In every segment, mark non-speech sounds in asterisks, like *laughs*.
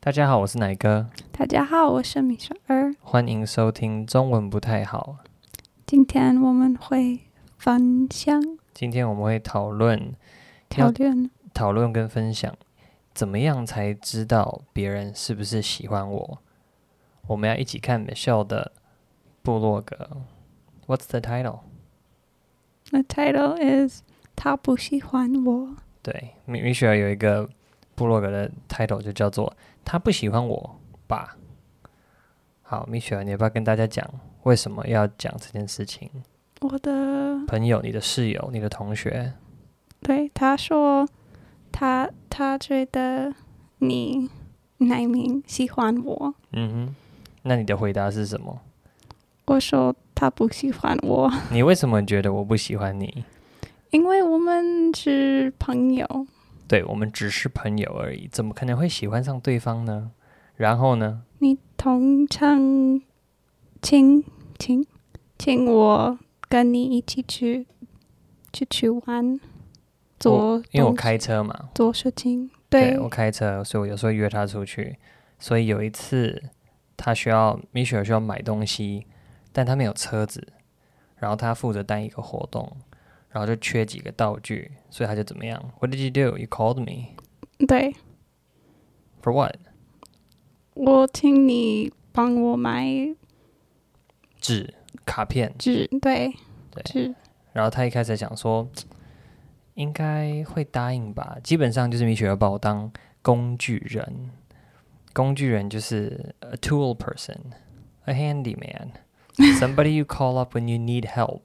大家好，我是奶哥，大家好，我是米雪儿。欢迎收听中文不太好。今天我们会分享今天我们会讨论条件，讨论跟分享，怎么样才知道别人是不是喜欢我？我们要一起看 Michelle 的部落格。What's the title？ The title is 他不喜欢我。对，Mi-，Michelle 有一个部落格的 title 就叫做“他不喜欢我吧”。好，Michelle，你要不要跟大家讲为什么要讲这件事情？我的朋友、你的室友、你的同学，对他说，他他觉得你奶明喜欢我。嗯哼，那你的回答是什么？我说他不喜欢我，你为什么觉得我不喜欢你？因为我们是朋友。对我们只是朋友而已，怎么可能会喜欢上对方呢？然后呢？你通常请请请我跟你一起去去去玩，做因为我东西开车嘛，做事情。我开车，所以我有时候约他出去。所以有一次，他需要米雪需要买东西，但他没有车子，然后他负责带一个活动，然后就缺几个道具，所以他就怎么样？What did you do? You called me 对， for what? 我请你帮我买纸、卡片，纸，对，对纸，然后他一开始想说，应该会答应吧。基本上就是米雪要把我当工具人，工具人就是 a tool person, a handyman, *laughs* somebody you call up when you need help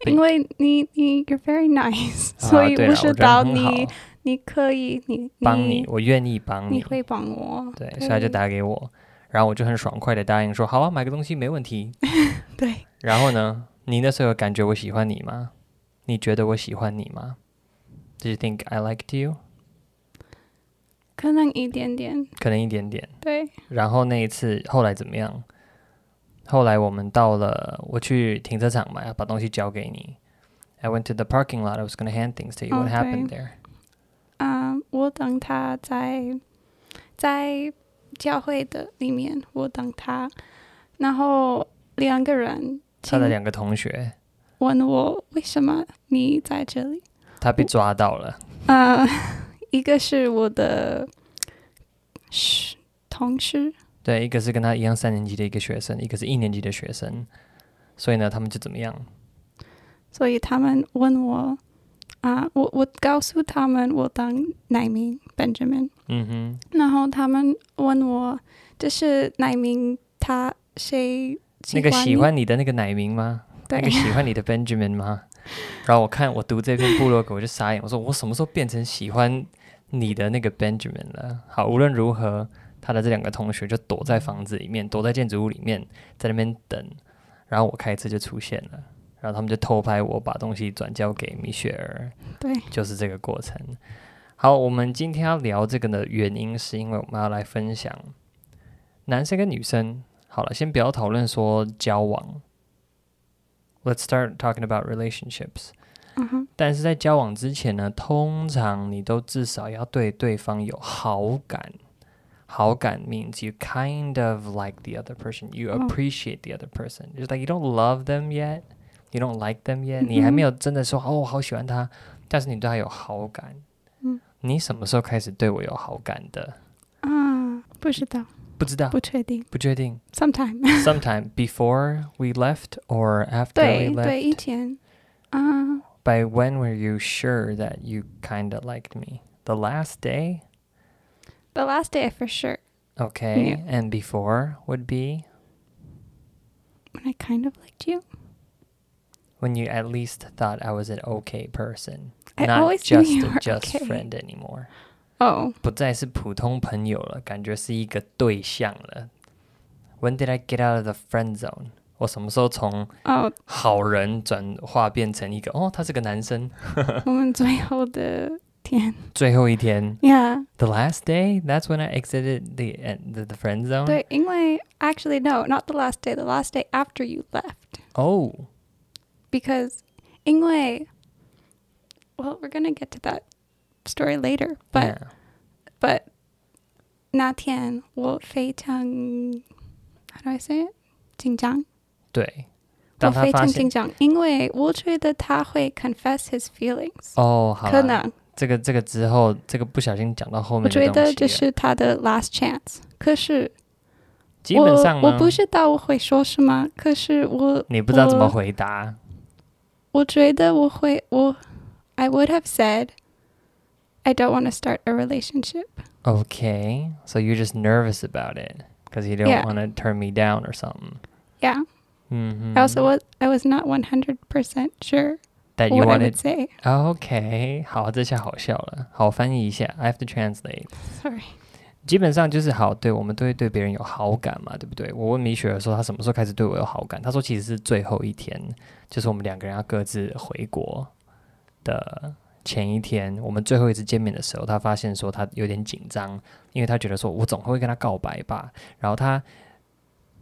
对因为你你 you're very nice，、啊。 *laughs* 所以对我啦知人道很好你你可以你帮你你，我愿意帮你会帮我，对，所以他就打给我，然后我就很爽快的答应说，好啊，买个东西没问题。 *laughs* 对，然后呢，你那时候有感觉我喜欢你吗？你觉得我喜欢你吗？Do you think I liked you？可能一点点，可能一点点。对，然后那一次后来怎么样？后来我们到了，我去停车场嘛，要把东西交给你。I went to the parking lot. I was gonna hand things to you. What Okay. happened there? 啊、我等他在在教会的里面，我等他，然后两个人他的请两个同学，问我为什么你在这里。他被抓到了。呃， *laughs* 一个是我的是同事，对，一个是跟他一样三年级的一个学生，一个是一年级的学生。所以呢，他们就怎么样？所以他们问我啊、我我告诉他们我当奶明 Benjamin，嗯哼，然后他们问我这是奶明他谁那个喜你欢你的那个奶明吗？那对个喜欢你的 Benjamin 吗？然后我看我读这篇部落格，我就傻眼，我说我什么时候变成喜欢你的那个 Benjamin 了？好，无论如何，他的这两个同学就躲在房子里面，躲在建筑物里面，在那边等。然后我开车就出现了，然后他们就偷拍我把东西转交给米雪儿，对就是这个过程。好，我们今天要聊这个的原因，是因为我们要来分享男生跟女生。好了，先不要讨论说交往，Let's start talking about relationships。嗯哼，但是在交往之前呢，通常你都至少要对对方有好感。好感 means you kind of like the other person, you 嗯 appreciate the other person. It's like you don't love them yet, you don't like them yet. 嗯你还没有真的说哦，我好喜欢他，但是你对他有好感。嗯你什么时候开始对我有好感的？啊，不知道，不知道，不确定不确 *laughs* 定。 ，sometime， Sometime before we left or after 对 we 对，以 left. 前啊。 By when were you sure that you kind of liked me? The last day? The last day for sure. Okay, and before would be When I kind of liked you. when you at least thought I was an okay person, I not always knew just you a were just okay. friend anymore. Oh, *laughs* 不再是普通朋友了，感觉是一个对象了。When did I get out of the friend zone？我什么时候从 oh, 好人转化变成一个哦，他是个男生？我们最后的天。最后一天 Yeah. ，the last day，that's when I exited the end- the, the friend zone。对，因为 actually no, not the last day. The last day after you left Oh, because 因为 well, we're gonna get to that story later. But yeah. but 那天我非常，how do I say it？紧张，对，我当他非发常现紧张，因为我觉得他会 confess his feelings，、哦，好啦，可能这个这个之后，这个不小心讲到后面我的东西觉了，得这是他的 last chance。可是基本上呢，我我不知道我会说什么，可是我你不知道怎么我回答，我觉得我会我 I would have said I don't want to start a relationship. Okay, so you're just nervous about it because you don't Yeah. want to turn me down or something. Yeah. Mm-hmm. I also was I was not 100% sure that you what I would wanted. say. *laughs* Okay, 好，这下好笑了。好，翻译一下。I have to translate. Sorry. 基本上就是好，对我们都会对别人有好感嘛，对不对？我问米雪儿说她什么时候开始对我有好感，她说其实是最后一天，就是我们两个人要各自回国的前一天，我们最后一次见面的时候，她发现说她有点紧张，因为她觉得说我总会跟她告白吧，然后她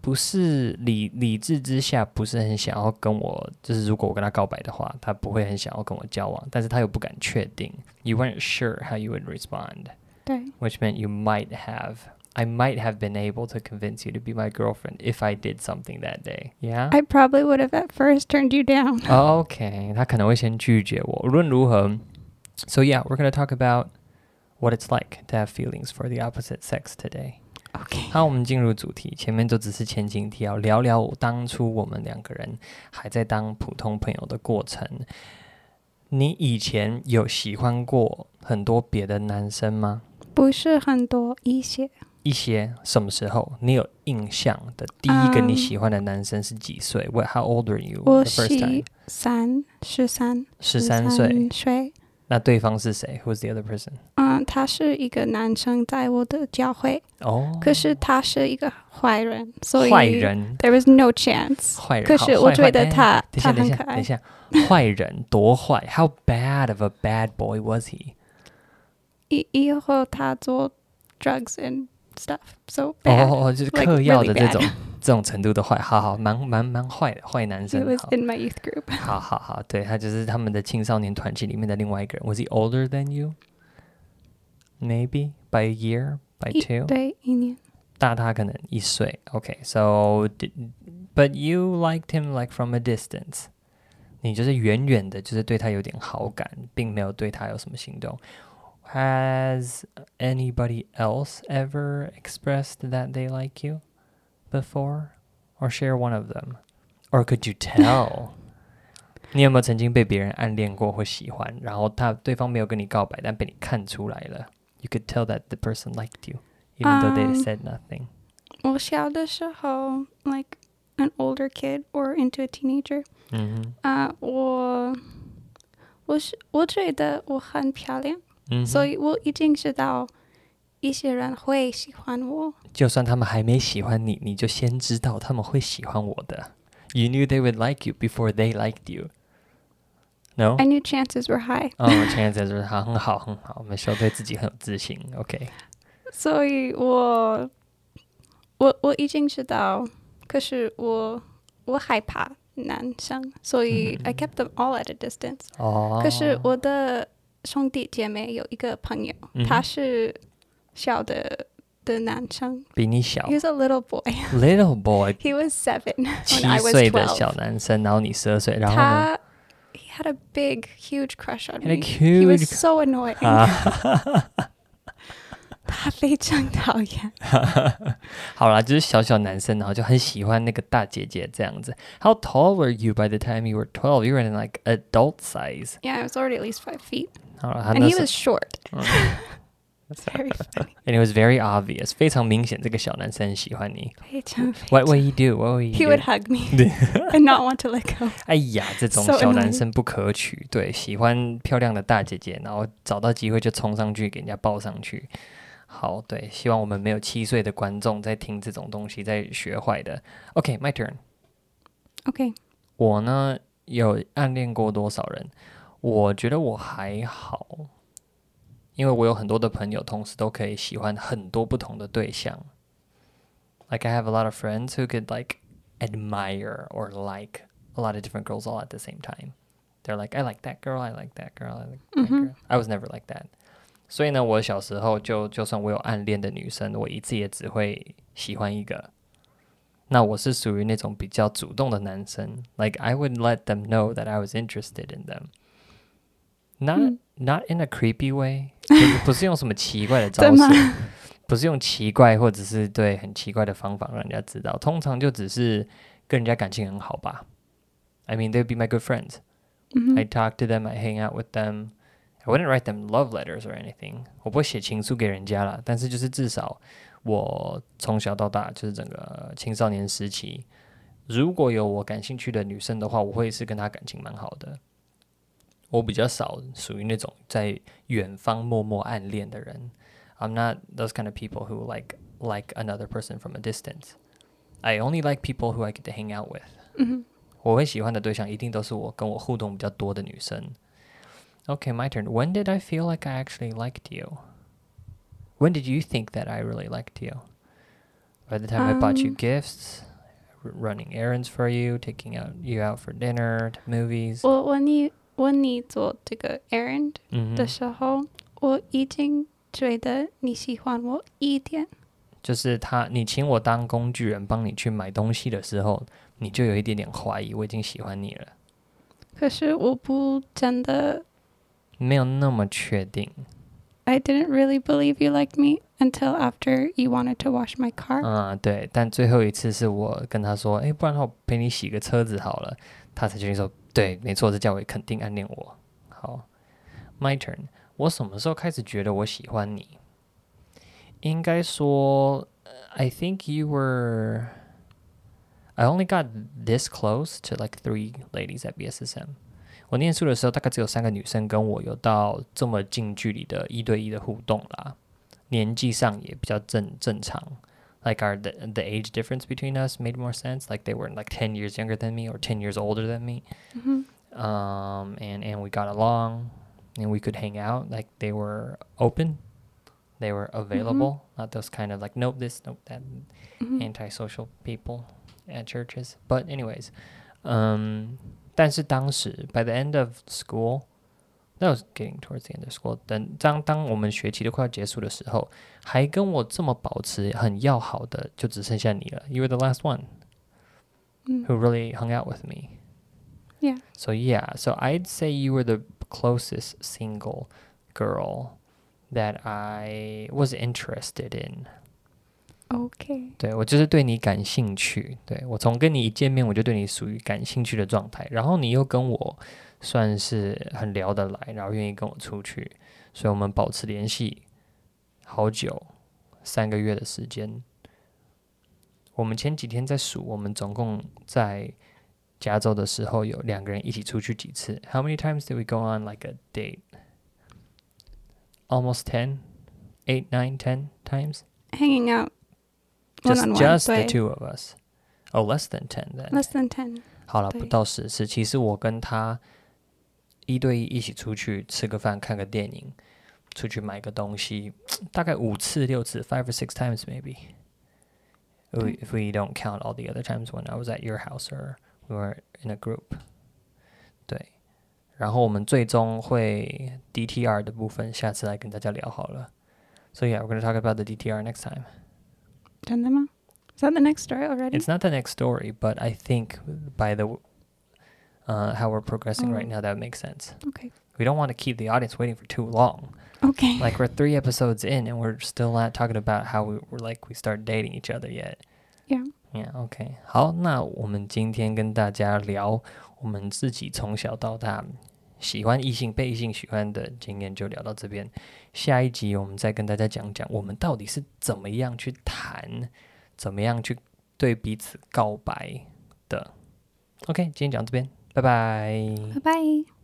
不是理理智之下不是很想要跟我，就是如果我跟她告白的话，她不会很想要跟我交往，但是她又不敢确定，You weren't sure how you would respond。对 which meant you might have. I might have been able to convince you to be my girlfriend if I did something that day. Yeah. I probably would have at first turned you down. Oh. okay. 他可能会先拒绝我。无论如何- So yeah, we're gonna talk about what it's like to have feelings for the opposite sex today. *laughs* Okay. 好，我们进入主题。前面都只是前情提要，聊聊当初我们两个人还在当普通朋友的过程。你以前有喜欢过很多别的男生吗？不是很多一些一些什么时候你有印象的第一个你嗯喜欢的男生是几岁、w h a t how old were you 我 the first time？三十三十三岁。岁。那对方是谁？Who's the other person？嗯，Uh, 他是一个男生，在我的教会，哦，可是他是一个坏人，所以坏人， there was no chance。坏人。可好是坏我觉坏得哎他等一他下，等一很下，可等爱一。下，坏人多坏？How bad of a bad boy was he？以以后他做 drugs and stuff so 哦 bad. 哦哦，就是 like 嗑药的 really 这 bad 种这种程度的坏，好好，蛮蛮蛮坏的坏男 He 生。 was 好 in my youth group. 好好好，对他就是他们的青少年团体里面的另外一个人。Was he older than you? Maybe by a year, by 一 two. 对一年大他可能一岁。Okay, so did, but you liked him like from a distance. 你就是远远的，就是对他有点好感，并没有对他有什么行动。Has anybody else ever expressed that they like you before, or share one of them, or could you tell? 你有没有曾经被别人暗恋过或喜欢，然后他对方没有跟你告白，但被你看出来了？You could tell that the person liked you, even though they Um, said nothing. 我小的时候 like an older kid or into a teenager 嗯啊、我我是我觉得我很漂亮，哼，嗯所哼以我已经知道一些人会喜欢我。就算他们还没喜欢你，你就先知道他们会喜欢我的。You knew they would like you before they liked you. No? Oh, I knew chances were high，哦，陈燕子说好，很好，很好，没说对自己很有自信。OK，所以我我我已经知道，可是我我害怕男生，所以 I kept them all at a distance。哦，可是我的兄弟姐妹有一个朋友，嗯哼他是小的的男生比你小，He was a little boy. *laughs* ，little boy， He was seven *laughs* *laughs* 七 when I was 岁的 twelve. 小男生，然后你十二岁，然后呢他 He had a big, huge crush on Had a me. He was huge cr- so annoying. *laughs* 啊， *laughs* 他非常讨厌。好啦，就是小小男生，然后就很喜欢那个大姐姐这样子。How tall were you by the time you were twelve? You were in like adult size. Yeah, I was already at least five feet, 好了，他 and 那 he 时候 was short. 嗯 It's very funny. And it was very obvious，非常明显，这个小男生喜欢你。非 *laughs* 常非 What 常 would he do? What would he do? He would *laughs* hug me *laughs* and not want to let go. 哎呀，这种 So 小男 annoying. 生不可取。对，喜欢漂亮的大姐姐，然后找到机会就冲上去给人家抱上去。好，对，希望我们没有七岁的观众在听这种东西，在学坏的。OK，my、turn。 Okay. 我呢有暗恋过多少人？我觉得我还好，因为我有很多的朋友，同时都可以喜欢很多不同的对象。Like I have a lot of friends who could like admire or like a lot of different girls all at the same time. They're like, I like that girl, I like that girl, I like that girl. I was never like that. 所以呢，我小时候就就算我有暗恋的女生，我一次也只会喜欢一个。那我是属于那种比较主动的男生，like I would let them know that I was interested in them。Not、not Hmm. in a creepy way，就是 *laughs* 不是用什么奇怪的招真吗式， *laughs* 不是用奇怪或者是对很奇怪的方法让人家知道，通常就只是跟人家感情很好吧。I mean, they'd be my good friends. Mm-hmm. I talk to them, I hang out with them. I wouldn't write them love letters or anything. 我不会写情书给人家啦，但是就是至少我从小到大，就是整个青少年时期，如果有我感兴趣的女生的话，我会是跟她感情蛮好的。我比较少属于那种在远方默默暗恋的人。I'm not those kind of people who like like another person from a distance. I only like people who I get to hang out with. Mm-hmm. *laughs* 我会喜欢的对象一定都是我跟我互动比较多的女生。Okay, my turn. When did I feel like I actually liked you? When did you think that I really liked you? By the time I bought you Um, gifts, r- running errands for you, taking out you out for dinner, to movies. 我我你我你做这个 errand 嗯哼，的时候，我已经觉得你喜欢我一点。就是他，你请我当工具人，帮你去买东西的时候，你就有一点点怀疑，我已经喜欢你了，可是我不真的没有那么确定。 ，I didn't really believe you liked me until after you wanted to wash my car。嗯，对，但最后一次是我跟他说，哎，不然的话我陪你洗个车子好了，他才决定说，对，没错，这叫我肯定暗恋我。好，my turn，我什么时候开始觉得我喜欢你？应该说呃，I think you were。I only got this close to like three ladies at BSSM。我念书的时候，大概只有三个女生跟我有到这么近距离的一对一的互动啦，年纪上也比较正正常。like our the, the age difference between us made more sense like they were like 10 years younger than me or 10 years older than me 嗯哼 um and and we got along and we could hang out like they were open they were available not those kind of like nope this nope that 嗯哼 antisocial people at churches. But anyways, um, 但是当时 by the end of school, that was getting towards the end of school. 等当当我们学期都快要结束的时候，还跟我这么保持很要好的，就只剩下你了。You were the last one 嗯 who really hung out with me. Mm-hmm. ，Yeah， So yeah, so I'd say you were the closest single girl that I was interested in. Oh. OK，对我就是对你感兴趣，对我从跟你一见面我就对你属于感兴趣的状态，然后你又跟我算是很聊得来，然后愿意跟我出去，所以我们保持联系好久，三个月的时间。我们前几天在数，我们总共在加州的时候有两个人一起出去几次。How many times did we go on like a date? Almost ten, eight, nine, ten times. hanging out one just on one， just 对 the two of us. Oh, less than ten then. ，less than ten，好了，对不到十次。其实我跟他一对一一起出去吃个饭、看个电影、出去买个东西，大概五次六次，five or six times maybe. If we- 对 if we don't count all the other times when I was at your house or we were in a group. 对，然后我们最终会 DTR 的部分，下次来跟大家聊好了。So yeah, we're going to talk about the DTR next time. 真的吗？Is that the next story already？ It's not the next story, but I think by the uh, how we're progressing right Oh. now, that makes sense. Okay. We don't want to keep the audience waiting for too long. OK， Like we're three episodes in, and we're still not talking about how we were like we started dating each other yet. Yeah. Yeah. Okay. 好，那我们今天跟大家聊我们自己从小到大喜欢异性、被异性喜欢的经验，就聊到这边。下一集我们再跟大家讲讲我们到底是怎么样去谈，怎么样去对彼此告白的。OK，今天讲到这边，拜拜。拜拜。